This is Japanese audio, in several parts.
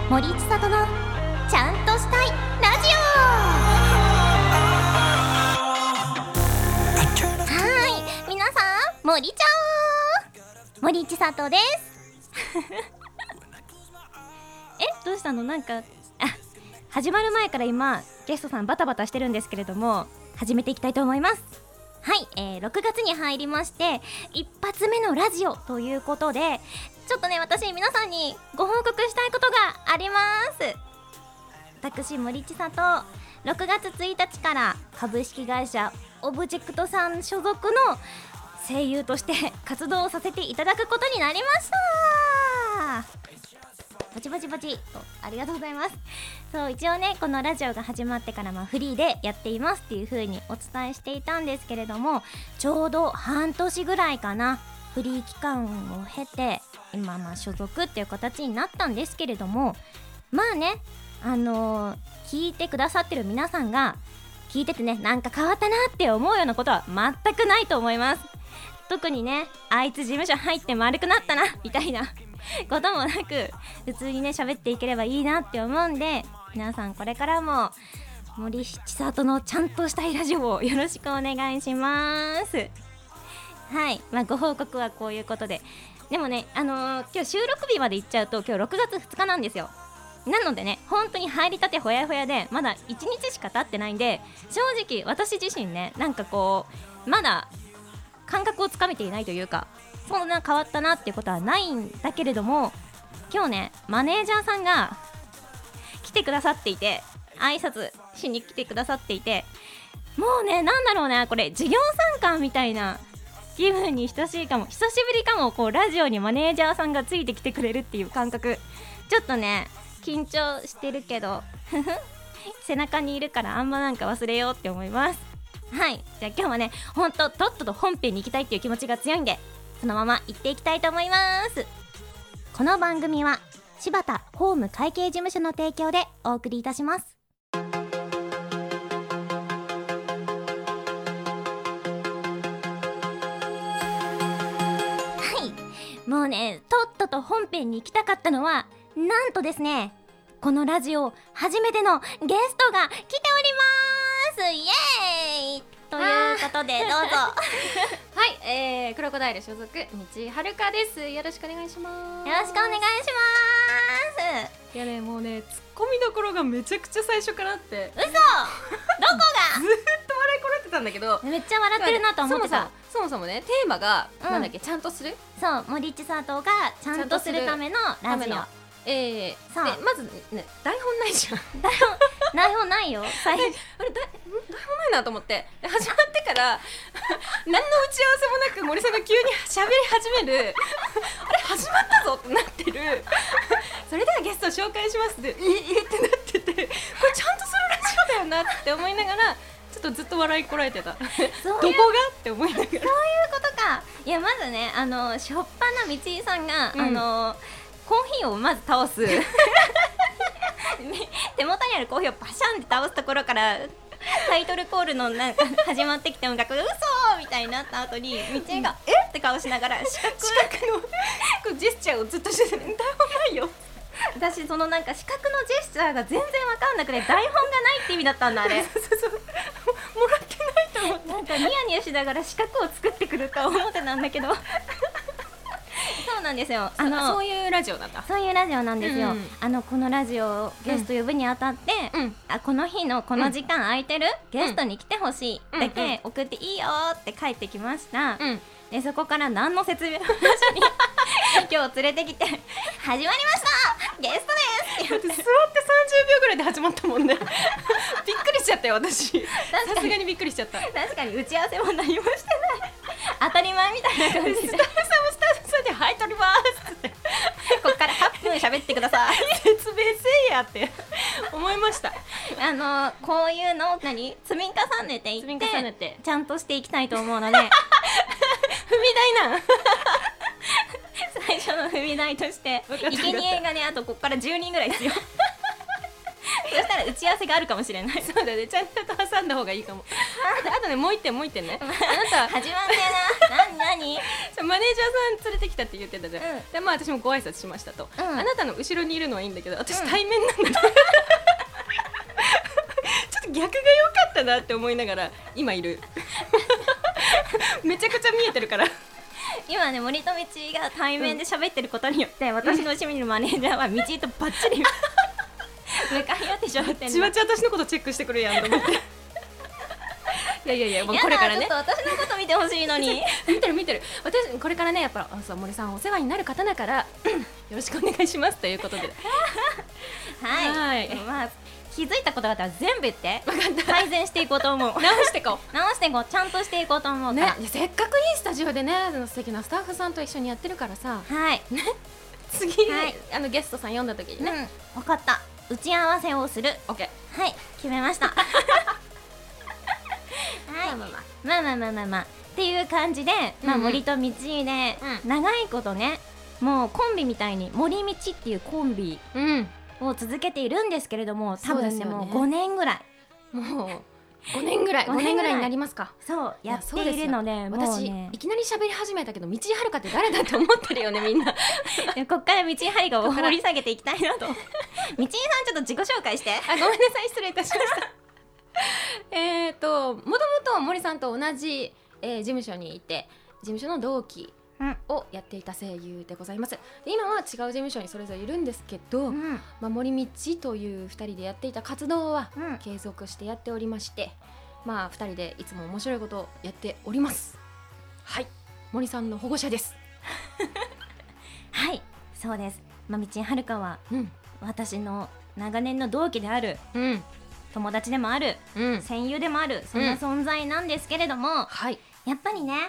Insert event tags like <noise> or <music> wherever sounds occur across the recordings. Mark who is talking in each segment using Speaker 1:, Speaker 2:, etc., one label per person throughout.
Speaker 1: 事のちゃんとしたいラジオ <laughs> はい皆さん森ちゃん森千里です <laughs> えどうしたのなんかあ始まる前から今ゲストさんバタバタしてるんですけれども始めていきたいと思いますはい、えー6月に入りまして一発目のラジオということでちょっとね私皆さんにご報告したいことがあります私森千里6月1日から株式会社オブジェクトさん所属の声優として <laughs> 活動をさせていただくことになりましたバチバチバチおありがとうございますそう一応ねこのラジオが始まってからまあフリーでやっていますっていう風にお伝えしていたんですけれどもちょうど半年ぐらいかなフリー期間を経て今まあ所属っていう形になったんですけれどもまあねあのー聞いてくださってる皆さんが聞いててねなんか変わったなって思うようなことは全くないと思います特にねあいつ事務所入って丸くなったなみたいな <laughs> こともなく普通にね喋っていければいいなって思うんで皆さんこれからも森七里のちゃんとしたいラジオをよろしくお願いしますはい、まあ、ご報告はこういうことででもねあのー今日収録日まで行っちゃうと今日6月2日なんですよなのでね本当に入りたてほやほやでまだ1日しか経ってないんで正直私自身ねなんかこうまだ感覚をつかめていないというかそんな変わったなっていうことはないんだけれども今日ねマネージャーさんが来てくださっていて挨拶しに来てくださっていてもうねなんだろうねこれ授業参観みたいな気分に等しいかも久しぶりかもこうラジオにマネージャーさんがついてきてくれるっていう感覚ちょっとね緊張してるけどふふ背中にいるからあんまなんか忘れようって思いますはいじゃあ今日はねほんととっとと本編に行きたいっていう気持ちが強いんでそのまま行っていきたいと思いますこの番組は柴田法務会計事務所の提供でお送りいたしますはいもうねとっとと本編に行きたかったのはなんとですねこのラジオ初めてのゲストが来ておりますイエーイということでどうぞ
Speaker 2: はい、えー、クロコダイル所属道はるかです。よろしくお願いします。
Speaker 1: よろしくお願いします。
Speaker 2: いやね、もうね、ツッコミどころがめちゃくちゃ最初からあって、 <laughs> ずっ
Speaker 1: 嘘。どこ
Speaker 2: と笑いこらってたんだけど。
Speaker 1: が？めっちゃ笑ってるなと思ってた。
Speaker 2: そもそもそもそもね、テーマが、
Speaker 1: うん
Speaker 2: なんだっけ、ちゃんとする
Speaker 1: そう、森千里がちゃんとするためのラ
Speaker 2: ため
Speaker 1: ジオ
Speaker 2: の。。えー、
Speaker 1: さあ
Speaker 2: でまずね、台本ないじゃん。
Speaker 1: 台本ない
Speaker 2: <laughs>
Speaker 1: よ。最初
Speaker 2: あれ、だいん台本ないなと思って、で始まってから、 <laughs> 何の打ち合わせもなく森さんが急に喋り始める、あれ、始まったぞってなってる、それではゲストを紹介しますって、え、えってなってて、これちゃんとするラジオだよなって思いながら、ちょっとずっと笑いこらえてた。ど
Speaker 1: そう
Speaker 2: こ
Speaker 1: いう
Speaker 2: がって思いながら。
Speaker 1: ことか。いやまずね、あのしょっぱな道井さんが、
Speaker 2: うん
Speaker 1: あのコーヒーをまず倒
Speaker 2: <laughs>
Speaker 1: す。ね手元にあるコーヒーをパシャンって倒すところから。タイトルコールのなんか始まってきた音楽が嘘みたいになった後に道井が「えっ?」て顔しながら四角い
Speaker 2: 近くのこうジェスチャーをずっとしてて、台本ないよ。
Speaker 1: 私そのなんか視覚のジェスチャーが全然わかんなくて台本がないって意味だったんだあれ
Speaker 2: そうそうそう。もらってないと思って。
Speaker 1: なんかニヤニヤしながら視覚を作ってくるとは思ってたんだけどそうなんですよあの
Speaker 2: そ
Speaker 1: そう
Speaker 2: ういうラジオなんだ。
Speaker 1: いうラジオなんですよ、
Speaker 2: うん
Speaker 1: あのこのラジオをゲスト呼ぶにあたって、
Speaker 2: うん。
Speaker 1: あこの日のこの時間空いてる、ゲストに来てほしい
Speaker 2: うん
Speaker 1: だけ送っていいよって帰ってきました、
Speaker 2: うん。
Speaker 1: でそこから何の説明もな
Speaker 2: <laughs>
Speaker 1: しに今日連れてきて「始まりましたゲストです!」って
Speaker 2: だって座って30秒ぐらいで始まったもんね <laughs> びっくりしちゃったよ私さ
Speaker 1: 確かに
Speaker 2: すがにびっくりしちゃったス
Speaker 1: 確かに打ち合わせも何もしてない <laughs> 当たり前みたいな
Speaker 2: タッ
Speaker 1: 感
Speaker 2: フ
Speaker 1: じ
Speaker 2: さ
Speaker 1: で
Speaker 2: んもスタッフさんで「はい撮ります」って
Speaker 1: <laughs> こっから8分喋ってください
Speaker 2: 説明せいやって思いました
Speaker 1: あのこういうのを何積み重ねていって
Speaker 2: 積み重ねて
Speaker 1: ちゃんとしていきたいと思う
Speaker 2: <laughs>
Speaker 1: ので
Speaker 2: 踏み台なん
Speaker 1: 最初の踏み台として
Speaker 2: わかった
Speaker 1: 生贄がねあとこっから10人ぐらい必要そしたらたら打ち合わせがあるかもしれない
Speaker 2: そうだねちゃんと挟んだ方がいいかもあとあとねもう一点もう一点ねあなた
Speaker 1: 始まんねえな何何
Speaker 2: そう <laughs> マネージャーさん連れてきたって言ってたじゃん、
Speaker 1: うん
Speaker 2: でまあ私もご挨拶しましたと、
Speaker 1: うん
Speaker 2: あなたの後ろにいるのはいいんだけど <laughs> 私
Speaker 1: うん
Speaker 2: 対面なんだ、ちょっと逆が良かったなって思いながら今い <laughs> るめちゃくちゃ見えてるから
Speaker 1: 今ね森富千が対面で喋ってることによって、私の趣味のマネージャーは道とバッチリ向かい合って喋って
Speaker 2: ち
Speaker 1: る
Speaker 2: まち私のことチェックしてくるやんと思っていやいやいやもう
Speaker 1: やだ
Speaker 2: これからね
Speaker 1: ちょっと私のこと見てほしいのに
Speaker 2: 見てる見てる私これからねやっぱあそう森さんお世話になる方だから <clears throat> よろしくお願いしますということで
Speaker 1: はい
Speaker 2: はい
Speaker 1: まあ気づいたことがあったら全部言っ
Speaker 2: <laughs>
Speaker 1: て
Speaker 2: 分かった
Speaker 1: 改善していこうと思う
Speaker 2: 直してこう
Speaker 1: 直していこうちゃんとしていこうと思うか
Speaker 2: ね
Speaker 1: ら、、
Speaker 2: いやせっかくいいスタジオでねあの素敵なスタッフさんと一緒にやってるからさ
Speaker 1: はい、
Speaker 2: 次、
Speaker 1: はい
Speaker 2: あのゲストさん読んだ時にね、
Speaker 1: ね、うん分かった打ち合わせをする
Speaker 2: オッケー
Speaker 1: はい決めま
Speaker 2: <laughs>
Speaker 1: したはい
Speaker 2: まあま
Speaker 1: ま
Speaker 2: あ
Speaker 1: あまあまあまあまあっていう感じで、まあ、
Speaker 2: うんうん
Speaker 1: 森と道で、
Speaker 2: うん
Speaker 1: 長いことねもうコンビみたいに森道っていうコンビ
Speaker 2: うん
Speaker 1: を続けているんですけれども多
Speaker 2: そう
Speaker 1: 分
Speaker 2: で
Speaker 1: ね
Speaker 2: すよね
Speaker 1: もう5年ぐらい
Speaker 2: もう5年ぐらい
Speaker 1: 5
Speaker 2: 5
Speaker 1: 年ぐらい
Speaker 2: 年ぐらいになりますか
Speaker 1: そうやって
Speaker 2: そうです
Speaker 1: いるのでもう
Speaker 2: 私
Speaker 1: ね
Speaker 2: いきなり喋り始めたけど道井遥って誰だって思ってるよねみ <laughs> んな
Speaker 1: いやこっから道針が
Speaker 2: こっから
Speaker 1: 掘り下げていきたいな
Speaker 2: <laughs>
Speaker 1: と道井さんちょっと自己紹介して
Speaker 2: あごめんなさい失礼いたしました <laughs> えっともともと森さんと同じ、えー事務所にいて事務所の同期
Speaker 1: うん
Speaker 2: をやっていた声優でございますで今は違う事務所にそれぞれいるんですけど、
Speaker 1: うん
Speaker 2: 守り道という2人でやっていた活動は
Speaker 1: うん
Speaker 2: 継続してやっておりましてまあ2人でいつも面白いことをやっておりますはい森さんの保護者です
Speaker 1: はいそうです、まあ、道遥は
Speaker 2: うん
Speaker 1: 私の長年の同期である
Speaker 2: うん
Speaker 1: 友達でもある
Speaker 2: うん
Speaker 1: 戦友でもあるそんな存在なんですけれども、
Speaker 2: はい
Speaker 1: やっぱりね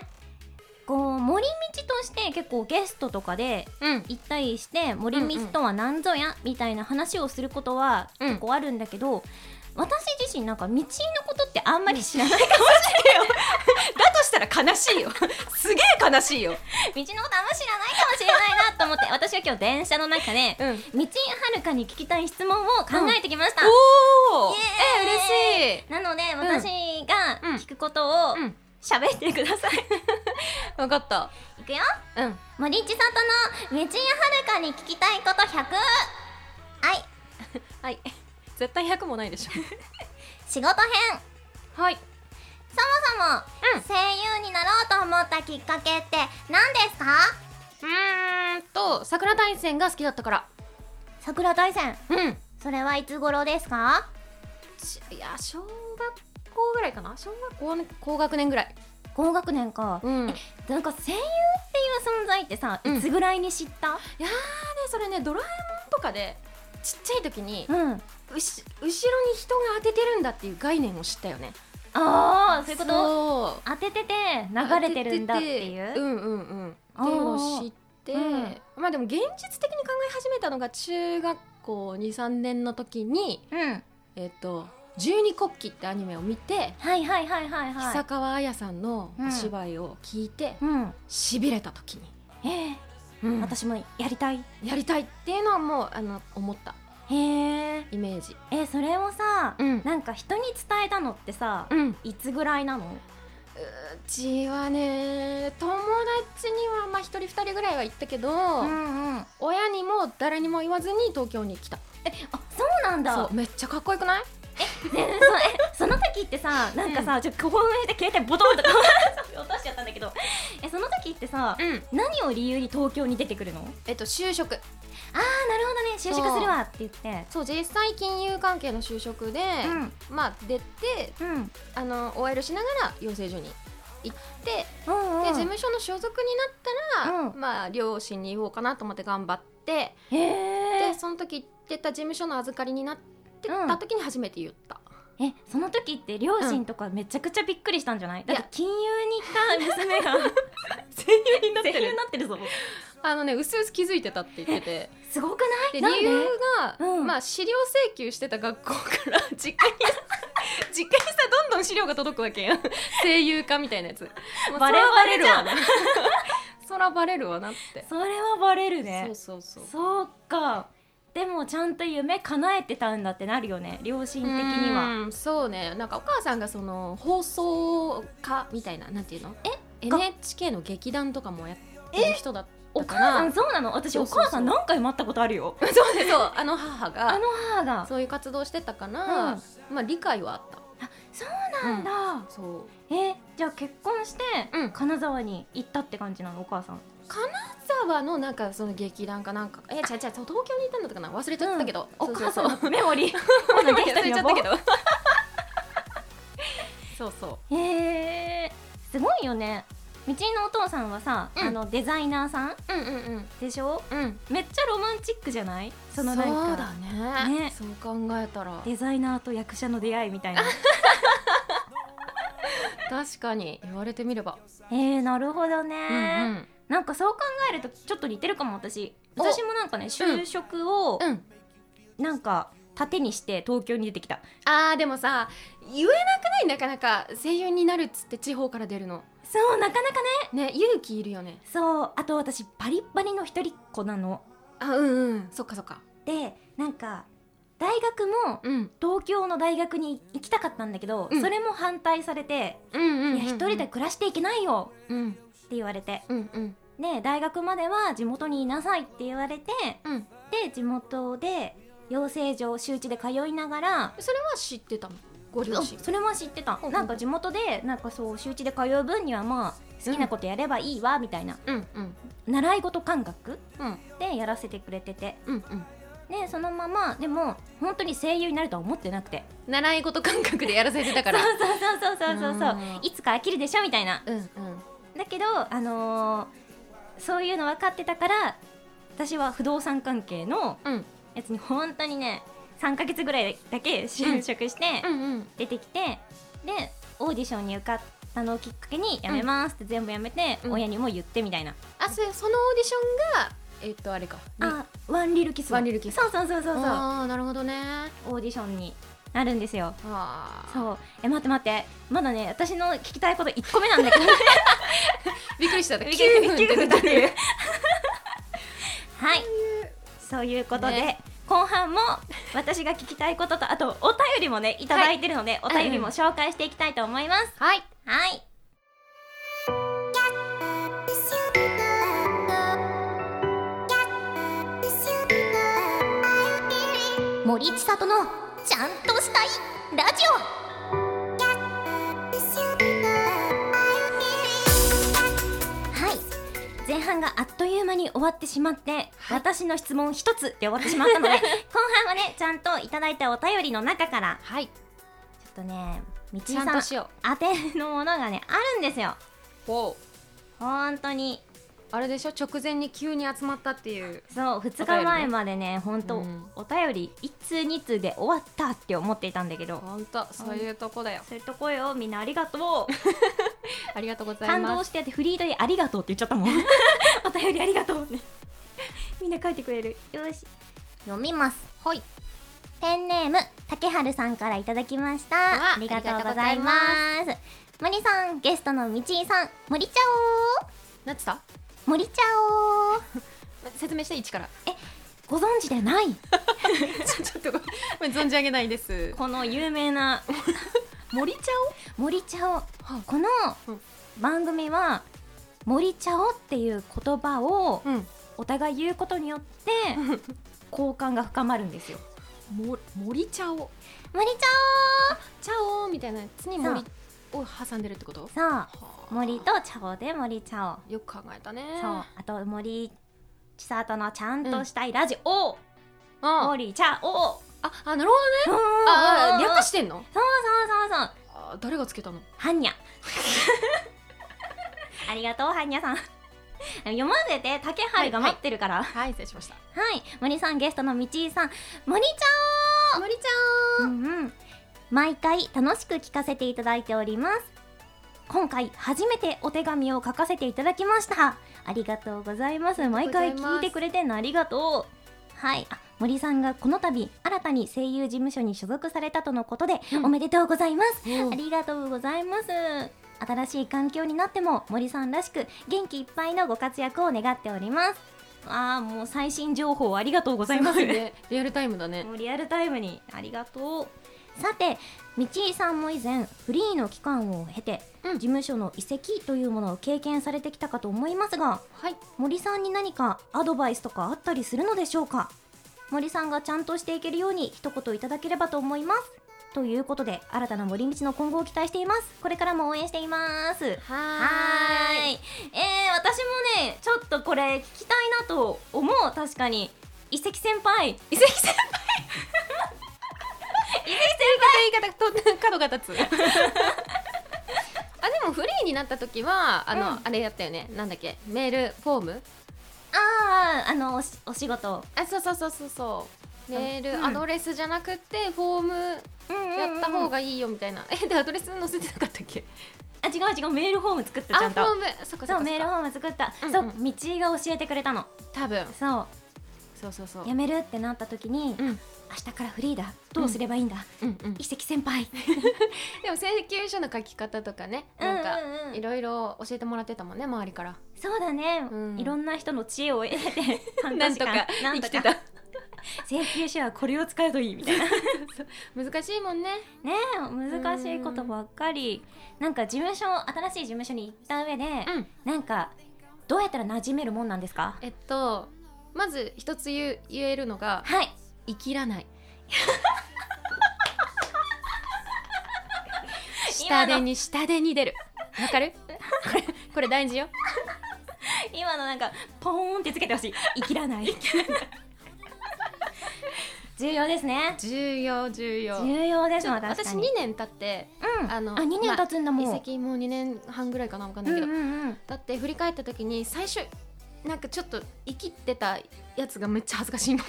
Speaker 1: こう森道として結構ゲストとかで
Speaker 2: うん
Speaker 1: 行ったりして森道とは何ぞやみたいな話をすることは
Speaker 2: うん
Speaker 1: 結構あるんだけど、私自身なんか道のことってあんまり知らない、道
Speaker 2: だとしたら悲しいよ <laughs> すげえ悲しいよ
Speaker 1: のことあんま知らないかもしれないなと思って <laughs> 私は今日電車の中で
Speaker 2: うん
Speaker 1: 道はるかに聞きたい質問を考えてきました、
Speaker 2: おお
Speaker 1: イ
Speaker 2: え嬉しい
Speaker 1: なので私
Speaker 2: うん
Speaker 1: が聞くことを
Speaker 2: うん
Speaker 1: 喋ってください、
Speaker 2: 分かった
Speaker 1: <laughs> いくよ
Speaker 2: うん
Speaker 1: 森千里の道はるかに聞きたいこと100はい
Speaker 2: はい <laughs> 絶対100もないでしょ
Speaker 1: 仕事編
Speaker 2: はい
Speaker 1: そもそも、
Speaker 2: うん
Speaker 1: 声優になろうと思ったきっかけって何ですか
Speaker 2: うーんと桜大戦が好きだったから
Speaker 1: 桜大戦
Speaker 2: うん
Speaker 1: それはいつ頃ですか
Speaker 2: ちいや小学校ぐらいかな小学校の高学年ぐらい、
Speaker 1: 高学年か、
Speaker 2: ん、いやーね
Speaker 1: なんか声優っていう存在ってさ、
Speaker 2: うん
Speaker 1: いつぐらいに知った
Speaker 2: それね「ドラえもん」とかでちっちゃい時に
Speaker 1: うんあ
Speaker 2: うし後ろに人が当ててるんだっていう概念を知ったよね
Speaker 1: あーそういうこと
Speaker 2: と
Speaker 1: 当ててて流れてるんだっていう
Speaker 2: うんうんうんって
Speaker 1: あー
Speaker 2: いうのを知って、
Speaker 1: うん
Speaker 2: まあでも現実的に考え始めたのが中学校23年の時に
Speaker 1: うん
Speaker 2: えっ、と「十二国旗」ってアニメを見て、
Speaker 1: はいはいはいはいは
Speaker 2: 久
Speaker 1: い
Speaker 2: 川綾さんのお芝居を聞いて、
Speaker 1: うん
Speaker 2: しびれた時に、
Speaker 1: えー
Speaker 2: うん
Speaker 1: 私もやりたい
Speaker 2: やりたいっていうのはもうあの思った
Speaker 1: へー
Speaker 2: イメージ
Speaker 1: えそれをさ、
Speaker 2: うん
Speaker 1: なんか人に伝えたのってさ、
Speaker 2: うんう
Speaker 1: いつぐらいなの
Speaker 2: ちはね友達にはまあ一人二人ぐらいは行ったけど、
Speaker 1: んうん
Speaker 2: 親にも誰にも言わずに東京に来た
Speaker 1: あそうなんだ
Speaker 2: そうめっちゃかっこよくない
Speaker 1: ねそうえその時ってさなんかさ、ちょっと興奮して携帯ボトンとか落としちゃったんだけどえその時ってさ、
Speaker 2: うん
Speaker 1: 何を理由に東京に出てくるのあー
Speaker 2: えっと就職
Speaker 1: なるほどね就職するわって言って
Speaker 2: そう実際金融関係の就職で、まあ出て
Speaker 1: うんうん
Speaker 2: あの OL しながら養成所に行って、
Speaker 1: うんうん
Speaker 2: で事務所の所属になったら、
Speaker 1: うん
Speaker 2: まあ両親に言おうかなと思って頑張って
Speaker 1: へ
Speaker 2: で
Speaker 1: え
Speaker 2: その時行ってた事務所の預かりになってた時に初めて言った、
Speaker 1: えその時って両親とかめちゃくちゃびっくりしたんじゃない、だっ
Speaker 2: い
Speaker 1: て
Speaker 2: や
Speaker 1: 金融に行った娘が <laughs>
Speaker 2: 声優に
Speaker 1: 声優になってるぞ
Speaker 2: あのねうすうす気づいてたって言って <laughs> て
Speaker 1: すごくない
Speaker 2: で
Speaker 1: な
Speaker 2: 理
Speaker 1: んで
Speaker 2: 由が、
Speaker 1: うん
Speaker 2: まあ資料請求してた学校から実家に <laughs> 実家にさどんどん資料が届くわけやん <laughs> 声優化みたいなやつもう
Speaker 1: バレバレじゃん
Speaker 2: そらバレるわなそらバレるわなって
Speaker 1: それはバレるね
Speaker 2: そうそうそう
Speaker 1: そうかでもちゃんと夢叶えてたんだってなるよね良心的には
Speaker 2: うんそうねなんかお母さんがその放送家みたいななんていうのえ
Speaker 1: が
Speaker 2: NHK の劇団とかもやってる人だった
Speaker 1: お
Speaker 2: か
Speaker 1: 母さ
Speaker 2: ら
Speaker 1: んそうなの私
Speaker 2: そう
Speaker 1: お
Speaker 2: そうそう
Speaker 1: 母さん何回も会ったことあるよ
Speaker 2: <laughs> そうですそうあの母
Speaker 1: あの
Speaker 2: が
Speaker 1: 母がそ
Speaker 2: そういう活動してたから、
Speaker 1: うん
Speaker 2: まあ理解はあった
Speaker 1: うなんだ、
Speaker 2: そう
Speaker 1: えじゃあ結婚して、
Speaker 2: うん
Speaker 1: 金沢に行ったって感じなのお母さん
Speaker 2: 金沢のなんかその劇団かなんかえ違う違うそう東京にいたんだったかな忘れちゃったけど、
Speaker 1: お母さん
Speaker 2: そ
Speaker 1: の
Speaker 2: う
Speaker 1: メ <laughs> モリー
Speaker 2: そうそう
Speaker 1: 忘れ
Speaker 2: <laughs> 忘れ
Speaker 1: ち
Speaker 2: ち
Speaker 1: ゃ
Speaker 2: ゃ
Speaker 1: っ
Speaker 2: ったた
Speaker 1: け
Speaker 2: け
Speaker 1: ど
Speaker 2: ど <laughs> そうそう
Speaker 1: えー、すごいよね道のお父さんはさ、
Speaker 2: うん
Speaker 1: あのデザイナーさん
Speaker 2: うんうん
Speaker 1: でしょ
Speaker 2: うんうん
Speaker 1: めっちゃロマンチックじゃないそのなんか
Speaker 2: そうだね
Speaker 1: ね
Speaker 2: そう考えたら
Speaker 1: デザイナーと役者の出会いみたいな
Speaker 2: 確かに言われてみれば、
Speaker 1: えー、なるほどね、
Speaker 2: うん
Speaker 1: なんかそう考えるとちょっと似てるかも私
Speaker 2: お
Speaker 1: 私もなんかね就職を
Speaker 2: うんうん
Speaker 1: なんか盾にして東京に出てきた
Speaker 2: あーでもさ言えなくないなかなか声優になるっつって地方から出るの
Speaker 1: そうなかなかね
Speaker 2: ね勇気いるよね
Speaker 1: そうあと私バリッバリの一人っ子なの
Speaker 2: あうんうんそっかそっか
Speaker 1: でなんか大学も
Speaker 2: うん
Speaker 1: 東京の大学に行きたかったんだけど、
Speaker 2: うん
Speaker 1: それも反対されて
Speaker 2: うんうん
Speaker 1: 「
Speaker 2: うん
Speaker 1: いや一人で暮らしていけないよ」
Speaker 2: うん
Speaker 1: って言われて
Speaker 2: うんうん
Speaker 1: で大学までは地元にいなさいって言われて
Speaker 2: うん
Speaker 1: で地元で養成所周知で通いながら
Speaker 2: それは知ってたのご両親
Speaker 1: それは知ってた
Speaker 2: うん
Speaker 1: なんか地元でなんかそう周知で通う分にはまあ好きなことやればいいわみたいな、
Speaker 2: うんうん
Speaker 1: 習い事感覚
Speaker 2: うん
Speaker 1: でやらせてくれてて
Speaker 2: うんうん
Speaker 1: でそのままでも本当に声優になるとは思ってなくて
Speaker 2: 習い事感覚でやらせてたか <laughs>
Speaker 1: そう
Speaker 2: ら
Speaker 1: そうそうそうそうそうそう
Speaker 2: うん
Speaker 1: いつか飽きるでしょみたいな
Speaker 2: うんうん
Speaker 1: だけどあのーそういうの分かってたから私は不動産関係の
Speaker 2: うん
Speaker 1: やつに本当にね3ヶ月ぐらいだけ就職して、
Speaker 2: うんうん
Speaker 1: 出てきてでオーディションに受かったのをきっかけにやめますって全部やめて、
Speaker 2: うん
Speaker 1: 親にも言ってみたいな、
Speaker 2: あそれそのオーディションがえっとあれか
Speaker 1: あワンリルキス
Speaker 2: ワンリルキス
Speaker 1: そうそうそうそうそう
Speaker 2: あーなるほどね
Speaker 1: オーディションになるんですよ
Speaker 2: あー
Speaker 1: そうえ待って待ってまだね私の聞きたいこと1個目なん
Speaker 2: <laughs>
Speaker 1: だけど
Speaker 2: びっくりした9
Speaker 1: 9
Speaker 2: 分出
Speaker 1: 分
Speaker 2: て
Speaker 1: だ
Speaker 2: くる
Speaker 1: ねはいそういうことで、
Speaker 2: ね
Speaker 1: 後半も私が聞きたいこととあとお便りもねいただいてるので、お便りも紹介していきたいと思います、
Speaker 2: はい
Speaker 1: はい森千里のちゃんとしたいラジオはい前半があっという間に終わってしまって、私の質問一つで終わってしまった
Speaker 2: <laughs>
Speaker 1: ので後半はねちゃんといただいたお便りの中から
Speaker 2: はい
Speaker 1: ちょっとね道井
Speaker 2: ちゃ
Speaker 1: さ
Speaker 2: ん
Speaker 1: ん
Speaker 2: としよ
Speaker 1: 当てのものがねあるんですよ
Speaker 2: うおう
Speaker 1: 本当に
Speaker 2: あれでしょ直前に急に集まったっていう
Speaker 1: そう2
Speaker 2: お便り
Speaker 1: 日
Speaker 2: ね
Speaker 1: 前までね本当、
Speaker 2: うん
Speaker 1: お便り1通2通で終わったって思っていたんだけど
Speaker 2: 本当そういうとこだよ
Speaker 1: そういうとこよみんなありがとう
Speaker 2: ありがとうござい
Speaker 1: 感動
Speaker 2: ま
Speaker 1: しててフリードでありがとうって言っちゃったもん <laughs> お便りありがとうね <laughs> みんな書いてくれるよし読みますはいペンネーム竹春さんからいただきましたあ
Speaker 2: わ
Speaker 1: りがとうございます森さんゲストの道井さん森ちゃ
Speaker 2: すなってた
Speaker 1: おー森ちゃおー
Speaker 2: 説明して一から
Speaker 1: ご存知でない
Speaker 2: <laughs> ちょっとごめん存じ上げないです
Speaker 1: この有名 <laughs> な
Speaker 2: 森ちゃ
Speaker 1: 森茶を
Speaker 2: おは
Speaker 1: この
Speaker 2: うん
Speaker 1: 番組は森茶をっていう言葉を
Speaker 2: うん
Speaker 1: お互い言うことによって好感が深まるんですよ
Speaker 2: も森ちゃお
Speaker 1: 森茶
Speaker 2: ちゃおみたいなやつに森を挟んでるってこと
Speaker 1: をさあ
Speaker 2: はあ
Speaker 1: 森と茶をで森茶
Speaker 2: よく考えたね
Speaker 1: をそうあと森千里のちゃんとしたいラジオ、
Speaker 2: あ
Speaker 1: 森茶を
Speaker 2: ああなるほどねああ略してんの
Speaker 1: そうそうそうそう
Speaker 2: あー誰がつけたの
Speaker 1: ハンニャ <laughs> ありがとうハンニャさん読ませて竹春が待ってるから、
Speaker 2: はい失礼しました
Speaker 1: はい、森さんゲストのみちいさん、森ちゃん。
Speaker 2: 森ち
Speaker 1: う
Speaker 2: ゃん
Speaker 1: んうん。毎回楽しく聞かせていただいております。今回初めてお手紙を書かせていただきました。ありがとうございます。
Speaker 2: りがとう
Speaker 1: 毎
Speaker 2: ござ
Speaker 1: 回
Speaker 2: います
Speaker 1: 聞いてくれてんのありがとう。はい、あ森さんがこの度新たに声優事務所に所属されたとのことで、
Speaker 2: うん
Speaker 1: おめでとうございます。
Speaker 2: うん
Speaker 1: ありがとうございます。新しい環境になっても森さんらしく元気いっぱいのご活躍を願っております。ああもう最新情報ありがとうございます
Speaker 2: すごいねリアルタイムだね
Speaker 1: もうリアルタイムにありがとうさて道井さんも以前フリーの期間を経て、
Speaker 2: うん
Speaker 1: 事務所の移籍というものを経験されてきたかと思いますが
Speaker 2: はい
Speaker 1: 森さんに何かアドバイスとかあったりするのでしょうか森さんがちゃんとしていけるように一言いただければと思いますということで新たな森道の今後を期待していますこれからも応援しています
Speaker 2: は
Speaker 1: はーいえー、私もねちょっとこれ聞きたいなと思う確かに遺跡先輩
Speaker 2: 遺跡先輩遺跡先輩言い方言い方と角
Speaker 1: <laughs>
Speaker 2: が立つあでもフリーになった時はあの、
Speaker 1: うん
Speaker 2: あれやったよねなんだっけメールフォーム
Speaker 1: あああのおしお仕事
Speaker 2: あそうそうそうそうそうメール、
Speaker 1: うん
Speaker 2: アドレスじゃなくてフォームや
Speaker 1: や
Speaker 2: った方
Speaker 1: が
Speaker 2: がいいよみたいな、えでアドレス載せてなかったっけ
Speaker 1: あ違う違うメールフォーム作った
Speaker 2: あ
Speaker 1: ち
Speaker 2: フ
Speaker 1: ゃ
Speaker 2: ォ
Speaker 1: んと
Speaker 2: ームそっかそ
Speaker 1: そ
Speaker 2: っかそっ
Speaker 1: う
Speaker 2: か
Speaker 1: メールフォーム作った、
Speaker 2: うんうん
Speaker 1: そう道井が教えてくれたの
Speaker 2: 多分
Speaker 1: そ
Speaker 2: そうそうそう
Speaker 1: う辞めるってなった時に、
Speaker 2: うんうん
Speaker 1: 明日からフリーだどうすればいいんだ、
Speaker 2: うん
Speaker 1: 遺跡先輩
Speaker 2: でも請求書の書き方とかね <laughs> なんかいろいろ教えてもらってたもんね周りから
Speaker 1: そうだね、
Speaker 2: うん
Speaker 1: いろんな人の知恵を
Speaker 2: <laughs>
Speaker 1: 得て半
Speaker 2: なん
Speaker 1: 年
Speaker 2: と
Speaker 1: 間
Speaker 2: か生きてた
Speaker 1: 請求書はこれを使うといいみた
Speaker 2: <laughs>
Speaker 1: いなね
Speaker 2: 難しいもんね
Speaker 1: え難しいことばっかりなんか事務所新しい事務所に行った上で、
Speaker 2: うん
Speaker 1: なんかどうやったら馴染めるもんなんですか
Speaker 2: えっとまず一つ言う言えるのが
Speaker 1: はい
Speaker 2: 生きら
Speaker 1: <laughs>
Speaker 2: ない
Speaker 1: 今
Speaker 2: 下
Speaker 1: の
Speaker 2: 手に下手に出るわ
Speaker 1: <laughs>
Speaker 2: かるこれこれ大事よ
Speaker 1: 今のなんかポーンってつけてほしい生きらない <laughs> 重要ですね
Speaker 2: 重要重要
Speaker 1: 重要です
Speaker 2: ちょ
Speaker 1: わ
Speaker 2: っと
Speaker 1: 確か
Speaker 2: 私
Speaker 1: に
Speaker 2: 2年経って
Speaker 1: うん、
Speaker 2: あの
Speaker 1: あ2年経つんだもん、
Speaker 2: 移籍もう2年半ぐらいかなわかん
Speaker 1: う
Speaker 2: ない
Speaker 1: ん
Speaker 2: け
Speaker 1: う
Speaker 2: ど、
Speaker 1: んうん
Speaker 2: だって振り返った時に最初なんかちょっと生きてたやつがめっちゃ恥ずかしいもん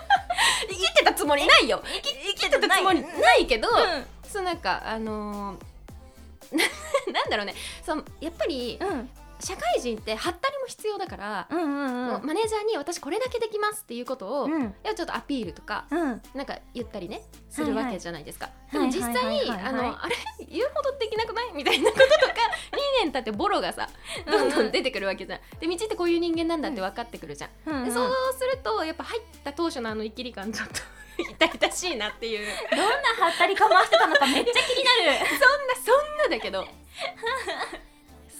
Speaker 2: <laughs> 生きてたつもりないよ生き生きてたつもりないけど、そうなんかあのー <laughs> ななんだろうねそのやっぱり
Speaker 1: うん
Speaker 2: 社会人ってハったりも必要だから、
Speaker 1: うんうん
Speaker 2: もうマネージャーに私これだけできますっていうことを、
Speaker 1: うんうん
Speaker 2: いやちょっとアピールとか
Speaker 1: うん
Speaker 2: なんか言ったりねするわけじゃないですか、
Speaker 1: いはい
Speaker 2: でも実
Speaker 1: はいはいは
Speaker 2: 際
Speaker 1: いはい
Speaker 2: あのあれ言うほどできなくないみたいなこと
Speaker 1: <laughs>
Speaker 2: とか2年経ってボロがさどんどん出てくるわけじゃんで道ってこういう人間なんだって分かってくるじゃん、
Speaker 1: うんうん
Speaker 2: でそうするとやっぱ入った当初のあの生きり感ちょっと痛々しいなっていう
Speaker 1: どんなはったりかましてたのかめっちゃ気になる
Speaker 2: <laughs> そんなそんなだけど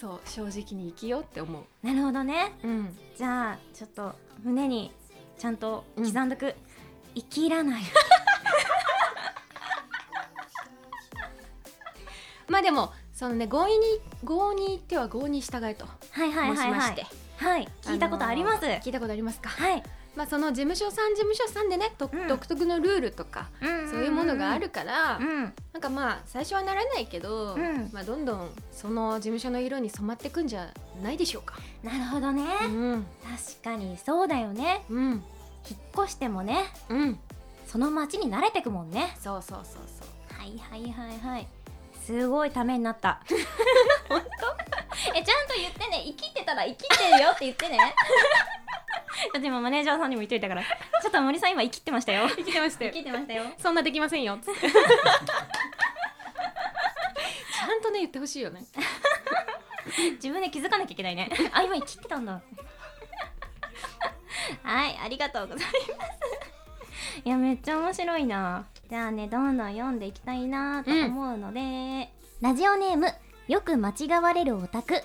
Speaker 2: そう正直に生きようって思う
Speaker 1: なるほどね
Speaker 2: うん
Speaker 1: じゃあちょっと胸にちゃんと刻んどく、生きらない
Speaker 2: まあでもそのね合意に合に言っては合に従えと
Speaker 1: はいはい
Speaker 2: 申
Speaker 1: は
Speaker 2: し
Speaker 1: い
Speaker 2: ま
Speaker 1: は
Speaker 2: して、
Speaker 1: いはい聞いたことあります、
Speaker 2: のー聞いたことありますか
Speaker 1: はい、
Speaker 2: まあ、その事務所さん事務所さんでね、と
Speaker 1: うん
Speaker 2: 独特のルールとかそういうものがあるから、
Speaker 1: うん
Speaker 2: なんかまあ最初はならないけど、
Speaker 1: うん
Speaker 2: まあ、どんどんその事務所の色に染まってくんじゃないでしょうか。
Speaker 1: なるほどね、
Speaker 2: うん
Speaker 1: 確かにそうだよね
Speaker 2: うん
Speaker 1: 引っ越してもね
Speaker 2: うん、
Speaker 1: その町に慣れてくもんね
Speaker 2: そうそうそうそ
Speaker 1: はいはいはいはいすごいためになった <laughs> 本当えちゃんと言ってね生きてたら生きてるよって言 <laughs> ってねだって今マネージャーさんにも言っといたからちょっと森さん今生きてましたよ
Speaker 2: う。生きてました
Speaker 1: 生きてましたよ
Speaker 2: そんなできません <laughs> よ。つってちゃんとね言ってほしいよね。
Speaker 1: 自分で気づかなきゃいけないね <laughs> あ今生きてたんだ <laughs> はいありがとうございます <laughs> いやめっちゃ面白いなじゃあねどんどん読んでいきたいなと思うので、ラジオネームよく間違われるオタクこんにち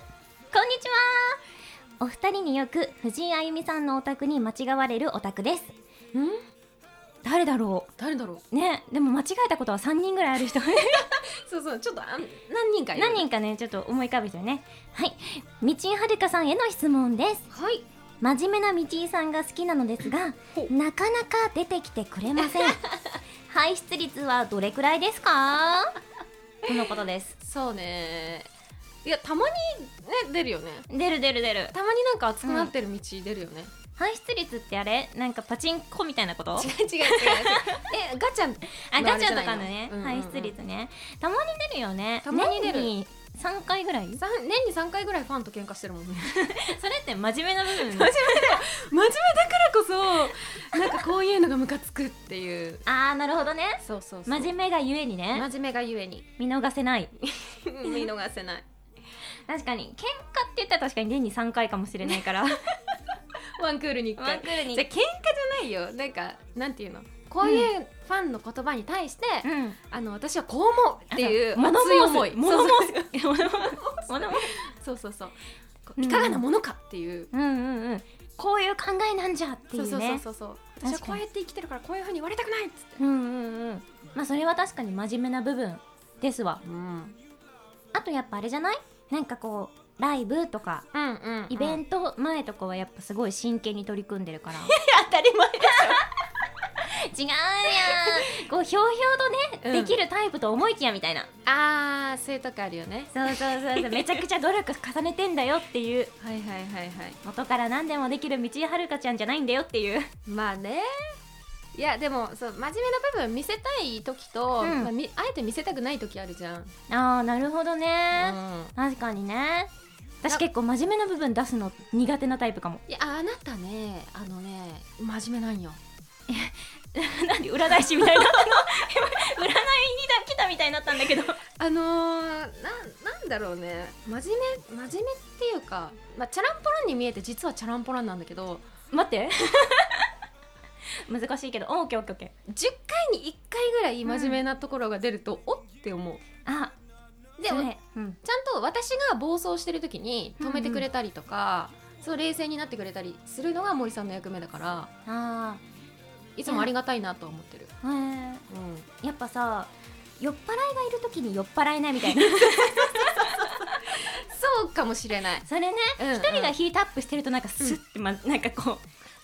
Speaker 1: はお二人によく藤井あゆみさんのオタクに間違われるオタクです
Speaker 2: うん
Speaker 1: 誰だろ
Speaker 2: 誰だろう。
Speaker 1: うねでも間違えたことは3人ぐらいある <laughs> 人
Speaker 2: そうそうちょっとあん何人かいる
Speaker 1: 何人かねちょっと思い浮かべてねはい道井はるかさんへの質問です
Speaker 2: はい。
Speaker 1: 真面目な道井さんが好きなのですが
Speaker 2: ほう
Speaker 1: なかなか出てきてくれませ <laughs> ん排出率はどれくらいですかとのことです
Speaker 2: そうね。いやたまにね出るよね。
Speaker 1: 出る出る出る
Speaker 2: たまになんか熱くなってる道出るよね。
Speaker 1: 排出率ってあれなんかパチンコみたいなこと
Speaker 2: <laughs> 違う違う違う違う。えガチャン。
Speaker 1: あ
Speaker 2: の
Speaker 1: ガ
Speaker 2: あれ
Speaker 1: チ
Speaker 2: じ
Speaker 1: ャ
Speaker 2: ゃ
Speaker 1: と
Speaker 2: ないの
Speaker 1: かのね、
Speaker 2: うんうんうん
Speaker 1: 排出率ねたまに出るよね
Speaker 2: たまに出る
Speaker 1: 年に3回ぐらい
Speaker 2: さん年に三回ぐらいファンと喧嘩してるもんね。
Speaker 1: それって真面目な部分
Speaker 2: 真面目だよ。真面目だからこそなんかこういうのがムカつくっていう。
Speaker 1: <laughs> ああなるほどね
Speaker 2: そうそうそ
Speaker 1: 真
Speaker 2: う。
Speaker 1: 面目がゆえにね
Speaker 2: 真面目がゆえに
Speaker 1: 見逃せ <laughs> ない
Speaker 2: <laughs> 見逃せない。
Speaker 1: <laughs> 確かに喧嘩って言ったら確かに年に3回かもしれないから
Speaker 2: 本ワンクールに一
Speaker 1: ワン
Speaker 2: 回
Speaker 1: ク <laughs> ールに
Speaker 2: じゃあ喧嘩じゃないよなんかなんていうのこういううファンの言葉に対して、
Speaker 1: うん
Speaker 2: あの私はこう思うっていう
Speaker 1: あそう
Speaker 2: 熱い思い
Speaker 1: 物申
Speaker 2: そう
Speaker 1: <laughs> す物申す物申す
Speaker 2: そうそうそうこ
Speaker 1: う
Speaker 2: うんいかがなものかっていう、
Speaker 1: うんうんうんこういう考えなんじゃってい
Speaker 2: そう
Speaker 1: う
Speaker 2: そうそう
Speaker 1: ね
Speaker 2: そうそう
Speaker 1: かに
Speaker 2: 私はこうやって生きてるからこういうふうに言われたくないっつって、
Speaker 1: うんうんうんまあそれは確かに真面目な部分ですわ
Speaker 2: うん、
Speaker 1: あとやっぱあれじゃないなんかこうライブとか
Speaker 2: うんうん
Speaker 1: イベント前とかはやっぱすごい真剣に取り組んでるから
Speaker 2: 当たり前だ
Speaker 1: <laughs> 違うやんこうひょうひょうとね、
Speaker 2: う
Speaker 1: で
Speaker 2: ん
Speaker 1: きるタイプと思いきやみたいな
Speaker 2: あーそういうとこあるよね
Speaker 1: そうそうそう <laughs> そうめちゃくちゃ努力重ねてんだよっていう
Speaker 2: はいはいはいはい
Speaker 1: 元から何でもできる道はるかちゃんじゃないんだよっていう
Speaker 2: まあねいやでもそう真面目な部分見せたい時と、
Speaker 1: うん
Speaker 2: まあ、みあえて見せたくない時あるじゃん、
Speaker 1: ああなるほどね、
Speaker 2: うん
Speaker 1: 確かにね私
Speaker 2: な
Speaker 1: 結構真面目な部分出すの苦手なタイプかも
Speaker 2: いやあなたねあのね真面目なんよ
Speaker 1: <laughs> 何占い師みたい <laughs> な占いにだ来たみたいになったんだけど
Speaker 2: あのー、ななんだろうね真面目真面目っていうか、まあ、チャランポランに見えて実はチャランポランなんだけど
Speaker 1: 待って難しいけどオーケーオーケーオーケ
Speaker 2: 10回に1回ぐらい真面目なところが出ると、おって思う
Speaker 1: ーあそ
Speaker 2: でちゃん
Speaker 1: れうん
Speaker 2: と私が暴走してる時に止めてくれたりとか、そう冷静になってくれたりするのが森さんの役目だから
Speaker 1: あ
Speaker 2: いつもありがたいなとは思ってる、
Speaker 1: あへ
Speaker 2: うん、
Speaker 1: えやっぱさ酔っ払いがいる時に酔っ払えないみたいな
Speaker 2: そうかもしれない
Speaker 1: それね
Speaker 2: 一、
Speaker 1: 一人がヒートアップしてるとなんかスッて、ま、なんかこ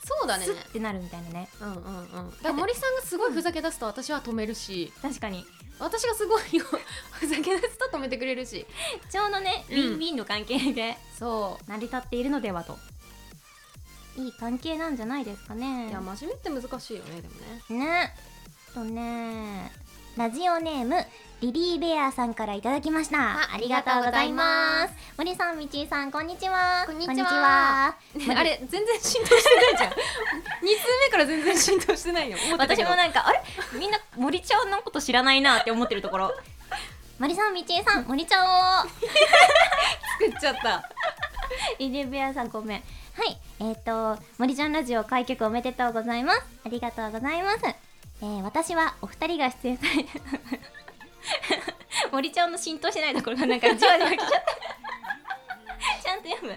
Speaker 2: そう
Speaker 1: う、
Speaker 2: だね
Speaker 1: スッてなるみたいなね
Speaker 2: うんうんうんだから森さんがすごいふざけ出すと私は止めるし
Speaker 1: 確かに
Speaker 2: 私がすごいよふざけ出すと止めてくれるし
Speaker 1: ちょうどねウ
Speaker 2: うん
Speaker 1: ィンウィンの関係で
Speaker 2: そ
Speaker 1: 成り立っているのではといい関係なんじゃないですか
Speaker 2: う
Speaker 1: ね
Speaker 2: いや真面目って難しいよねでもね
Speaker 1: ねとねラジオネームリリーベアさんからいただきましたあ
Speaker 2: あ
Speaker 1: りがとうございます森さんみちいさんこんにちは
Speaker 2: こんにちは
Speaker 1: こんにち
Speaker 2: ねあれ全然浸透してないじゃん二通目から全然浸透してないよ思って
Speaker 1: <laughs>
Speaker 2: た
Speaker 1: 私
Speaker 2: けど
Speaker 1: もなんかあれみんな森ちゃんのこと知らないなって思ってるところ <laughs> 森さんみちいさん森ちゃんを
Speaker 2: 作っちゃ <laughs> った
Speaker 1: <laughs> リリーベアさんごめんはいえっ、と森ちゃんラジオ開局おめでとうございますありがとうございますえー私はお二人が出演されて <laughs> 森ちゃんの浸透してないところがなんかじわじわ来ちゃった <laughs> ちゃんと読む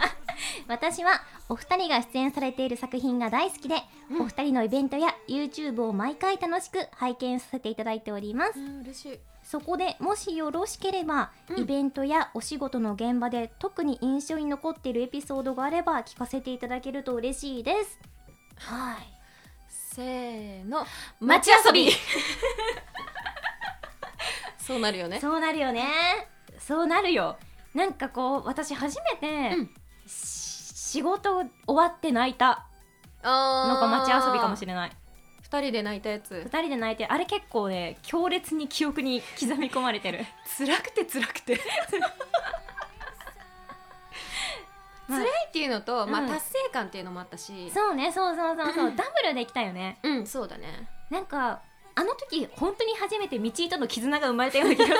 Speaker 1: <laughs> 私はお二人が出演されている作品が大好きで、
Speaker 2: うん
Speaker 1: お二人のイベントや YouTube を毎回楽しく拝見させていただいております
Speaker 2: うん嬉しい
Speaker 1: そこでもしよろしければ、
Speaker 2: うん
Speaker 1: イベントやお仕事の現場で特に印象に残っているエピソードがあれば聞かせていただけると嬉しいです。はい。
Speaker 2: せーの
Speaker 1: 街遊び
Speaker 2: <laughs> そうなるよね
Speaker 1: そうなるよね。そうなるよ。なんかこう私初めて、
Speaker 2: うん
Speaker 1: し仕事終わって泣いたの
Speaker 2: あ
Speaker 1: が街遊びかもし
Speaker 2: れ
Speaker 1: れない。
Speaker 2: ない二人で泣いたやつ
Speaker 1: 二人で泣いてあれ結構ね強烈に記憶に刻み込まれて
Speaker 2: <laughs>
Speaker 1: る。
Speaker 2: 辛くて辛くて <laughs> 辛いっていうのと、ま
Speaker 1: う
Speaker 2: あ、
Speaker 1: ん
Speaker 2: 達成感っていうのもあったし
Speaker 1: そうねそうそうそうそう、
Speaker 2: うん
Speaker 1: ダブルできたよね。
Speaker 2: うんそうだね
Speaker 1: なんかあの時本当に初めて道井との絆が生まれたような気がす
Speaker 2: <laughs>
Speaker 1: る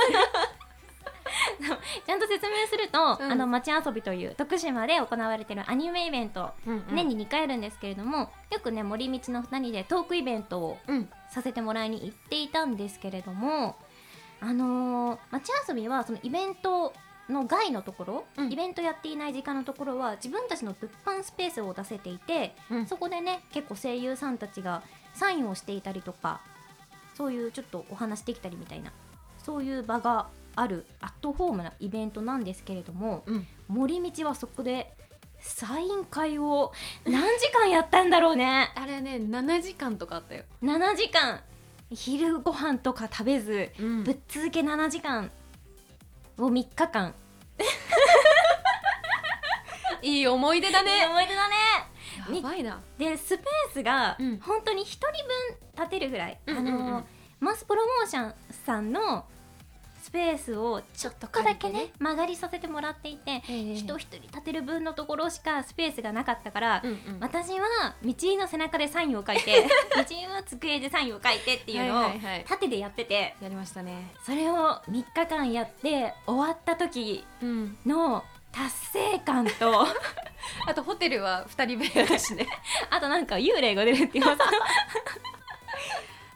Speaker 1: そうちゃんと説明すると、
Speaker 2: うん
Speaker 1: あの町遊びという徳島で行われてるアニメイベント、
Speaker 2: うんうん
Speaker 1: 年に2回あるんですけれどもよくね森道の2人でトークイベントを
Speaker 2: うん
Speaker 1: させてもらいに行っていたんですけれどもあのー、町遊びはそのイベントの外のところ、
Speaker 2: うん
Speaker 1: イベントやっていない時間のところは自分たちの物販スペースを出せていて、
Speaker 2: うん
Speaker 1: そこでね結構声優さんたちがサインをしていたりとかそういうちょっとお話できたりみたいなそういう場があるアットホームなイベントなんですけれども
Speaker 2: うん
Speaker 1: 森道はそこでサイン会を何時間やったんだろう
Speaker 2: <laughs>
Speaker 1: ね
Speaker 2: あれね7時間とかあったよ、
Speaker 1: 7時間昼ご飯とか食べず
Speaker 2: うん
Speaker 1: ぶっ続け7時間を3日間
Speaker 2: いい思い出だ
Speaker 1: いい
Speaker 2: ね
Speaker 1: 思い出だね
Speaker 2: やばいな
Speaker 1: でスペースが
Speaker 2: うん
Speaker 1: 本当に1人分立てるぐらい、
Speaker 2: うん
Speaker 1: あ
Speaker 2: うんうん
Speaker 1: のマスプロモーションさんのスペースをちょっとかだけね
Speaker 2: 借り
Speaker 1: 曲がりさせてもらっていて、人
Speaker 2: 人
Speaker 1: 1人立てる分のところしかスペースがなかったから、
Speaker 2: うんうん
Speaker 1: 私は道井の背中でサインを書いて
Speaker 2: <laughs>
Speaker 1: 道井は机でサインを書いてっていうのを
Speaker 2: はいはいはい
Speaker 1: 縦でやってて
Speaker 2: やりましたね
Speaker 1: それを3日間やって終わった時
Speaker 2: うん <laughs>
Speaker 1: の達成感と
Speaker 2: ああとホテルは2人部屋だしね
Speaker 1: あとなんか幽霊が出るって言います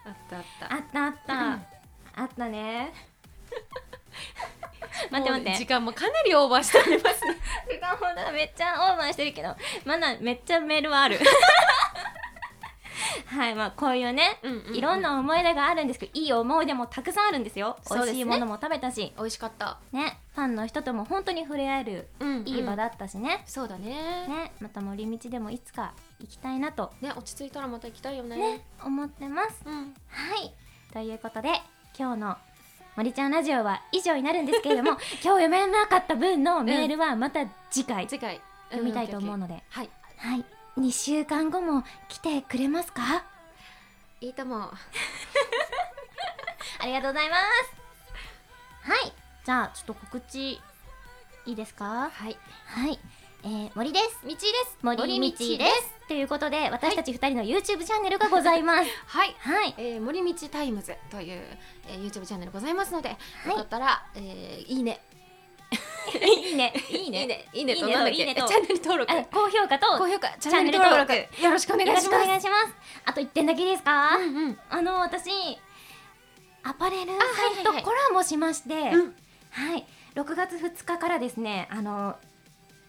Speaker 2: あったあった
Speaker 1: あったあった、あった <laughs> ね待って待って
Speaker 2: もう時間もかなりオーバーしておりますね
Speaker 1: 時間ほどめっちゃオーバーしてるけどまだめっちゃメール <laughs> はあるはいまあこういうね、
Speaker 2: <laughs> うんうんうん
Speaker 1: いろんな思い出があるんですけどいい思い出もたくさんあるんですよ
Speaker 2: そう
Speaker 1: 美
Speaker 2: ですね
Speaker 1: 味しいものも食べたし
Speaker 2: 美味しかった、
Speaker 1: ねファンの人とも本当に触れ合える
Speaker 2: うんうん
Speaker 1: いい場だったしね、
Speaker 2: そうだねね
Speaker 1: ねまた森道でもいつか行きたいなと
Speaker 2: 落ち着いたらまた行きたいよね
Speaker 1: ね思ってます
Speaker 2: うん
Speaker 1: はいということで今日の森ちゃんラジオは以上になるんですけれ <laughs> ども今日読めなかった分のメールはまた次回
Speaker 2: 次回
Speaker 1: 読みたいと思うので、
Speaker 2: はい
Speaker 1: はい、2週間後も来てくれますか
Speaker 2: いいと思う
Speaker 1: ありがとうございますはいじゃあちょっと告知いいですか
Speaker 2: はい
Speaker 1: はい、えー、森です
Speaker 2: 道です
Speaker 1: 森道ですということで私たち2人の YouTube チャンネルがございます
Speaker 2: はい
Speaker 1: はい
Speaker 2: えー、森道タイムズという、えー、YouTube チャンネルございますので、よかったら、えー、いいね
Speaker 1: <laughs> いいねい <laughs>
Speaker 2: い
Speaker 1: いね
Speaker 2: いねいいね
Speaker 1: いいね
Speaker 2: となんだっけ
Speaker 1: いいねと
Speaker 2: チャンネル登録
Speaker 1: あ高評価と
Speaker 2: 高
Speaker 1: よ
Speaker 2: 評価チ
Speaker 1: チ
Speaker 2: ャ
Speaker 1: ャ
Speaker 2: ン
Speaker 1: ンネ
Speaker 2: ネル
Speaker 1: ル登
Speaker 2: 登録
Speaker 1: 録
Speaker 2: よろしくお願い
Speaker 1: ろ
Speaker 2: し
Speaker 1: しくお
Speaker 2: ます
Speaker 1: 願いしますあと1点だけいいですか、
Speaker 2: うんうん
Speaker 1: あの私アパレルさん
Speaker 2: あ
Speaker 1: と
Speaker 2: はいはいはい
Speaker 1: コラボしまして、
Speaker 2: うん
Speaker 1: はい、6月2日からですね、あの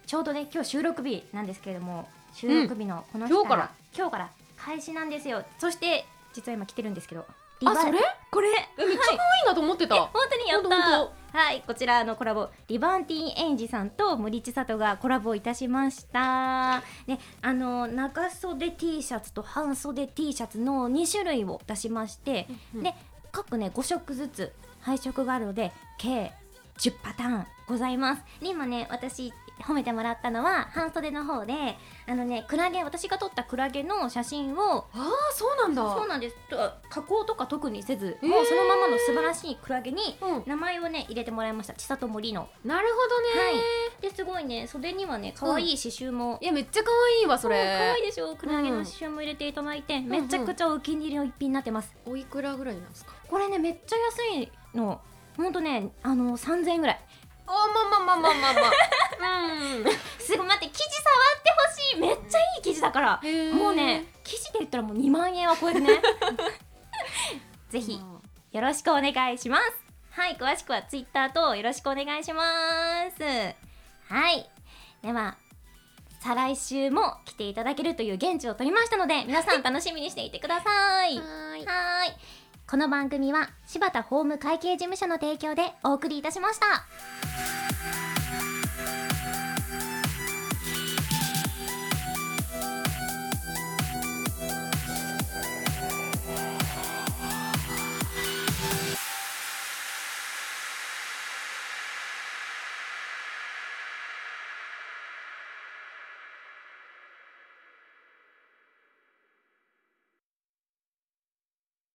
Speaker 1: ちょうどね今日収録日なんですけれども、収録日のこの日
Speaker 2: 今日
Speaker 1: か
Speaker 2: からら、
Speaker 1: 今日から開始なんですよ。そして実は今来てるんですけど、リ
Speaker 2: あそれ
Speaker 1: これ、
Speaker 2: えめっちゃ可愛いなと思ってた、
Speaker 1: 本当にやっ
Speaker 2: ほんとほん
Speaker 1: た。はい、こちらあのコラボリバンティーンエンジさんと森千里がコラボいたしました。ね、あの長袖 T シャツと半袖 T シャツの2種類を出しまして、
Speaker 2: うんうん
Speaker 1: で各ね5色ずつ配色があるので計10パターンございますで今ね私褒めてもらったのは半袖の方であのねクラゲ私が撮ったクラゲの写真を
Speaker 2: ああそうなんだ
Speaker 1: そうなんですと加工とか特にせず
Speaker 2: へー
Speaker 1: もうそのままの素晴らしいクラゲに
Speaker 2: うん
Speaker 1: 名前をね入れてもらいました千里森の
Speaker 2: なるほどね、
Speaker 1: はい
Speaker 2: い、
Speaker 1: ですごいね袖にはね可愛い刺繍も、
Speaker 2: やめっちゃ可愛いわそれ、
Speaker 1: うん可愛いでしょクラゲの刺繍も入れていただいて、めちゃくちゃお気に入りの一品になってます
Speaker 2: おいくらぐらいなんですか
Speaker 1: これねめっちゃ安いのほんとねあの3000円ぐらい
Speaker 2: あまあまあまあまあまあまあ <laughs> うん
Speaker 1: すごい待って生地触ってほしいめっちゃいい生地だから
Speaker 2: へー
Speaker 1: もうね生地で言ったらもう2万円は超える <laughs> ねぜひよろしくお願いしますはい詳しくはツイッターとよろしくお願いしますはいでは再来週も来ていただけるという現地を取りましたので皆さん楽しみにしていてください
Speaker 2: はーい
Speaker 1: はーい。この番組は柴田法務会計事務所の提供でお送りいたしました。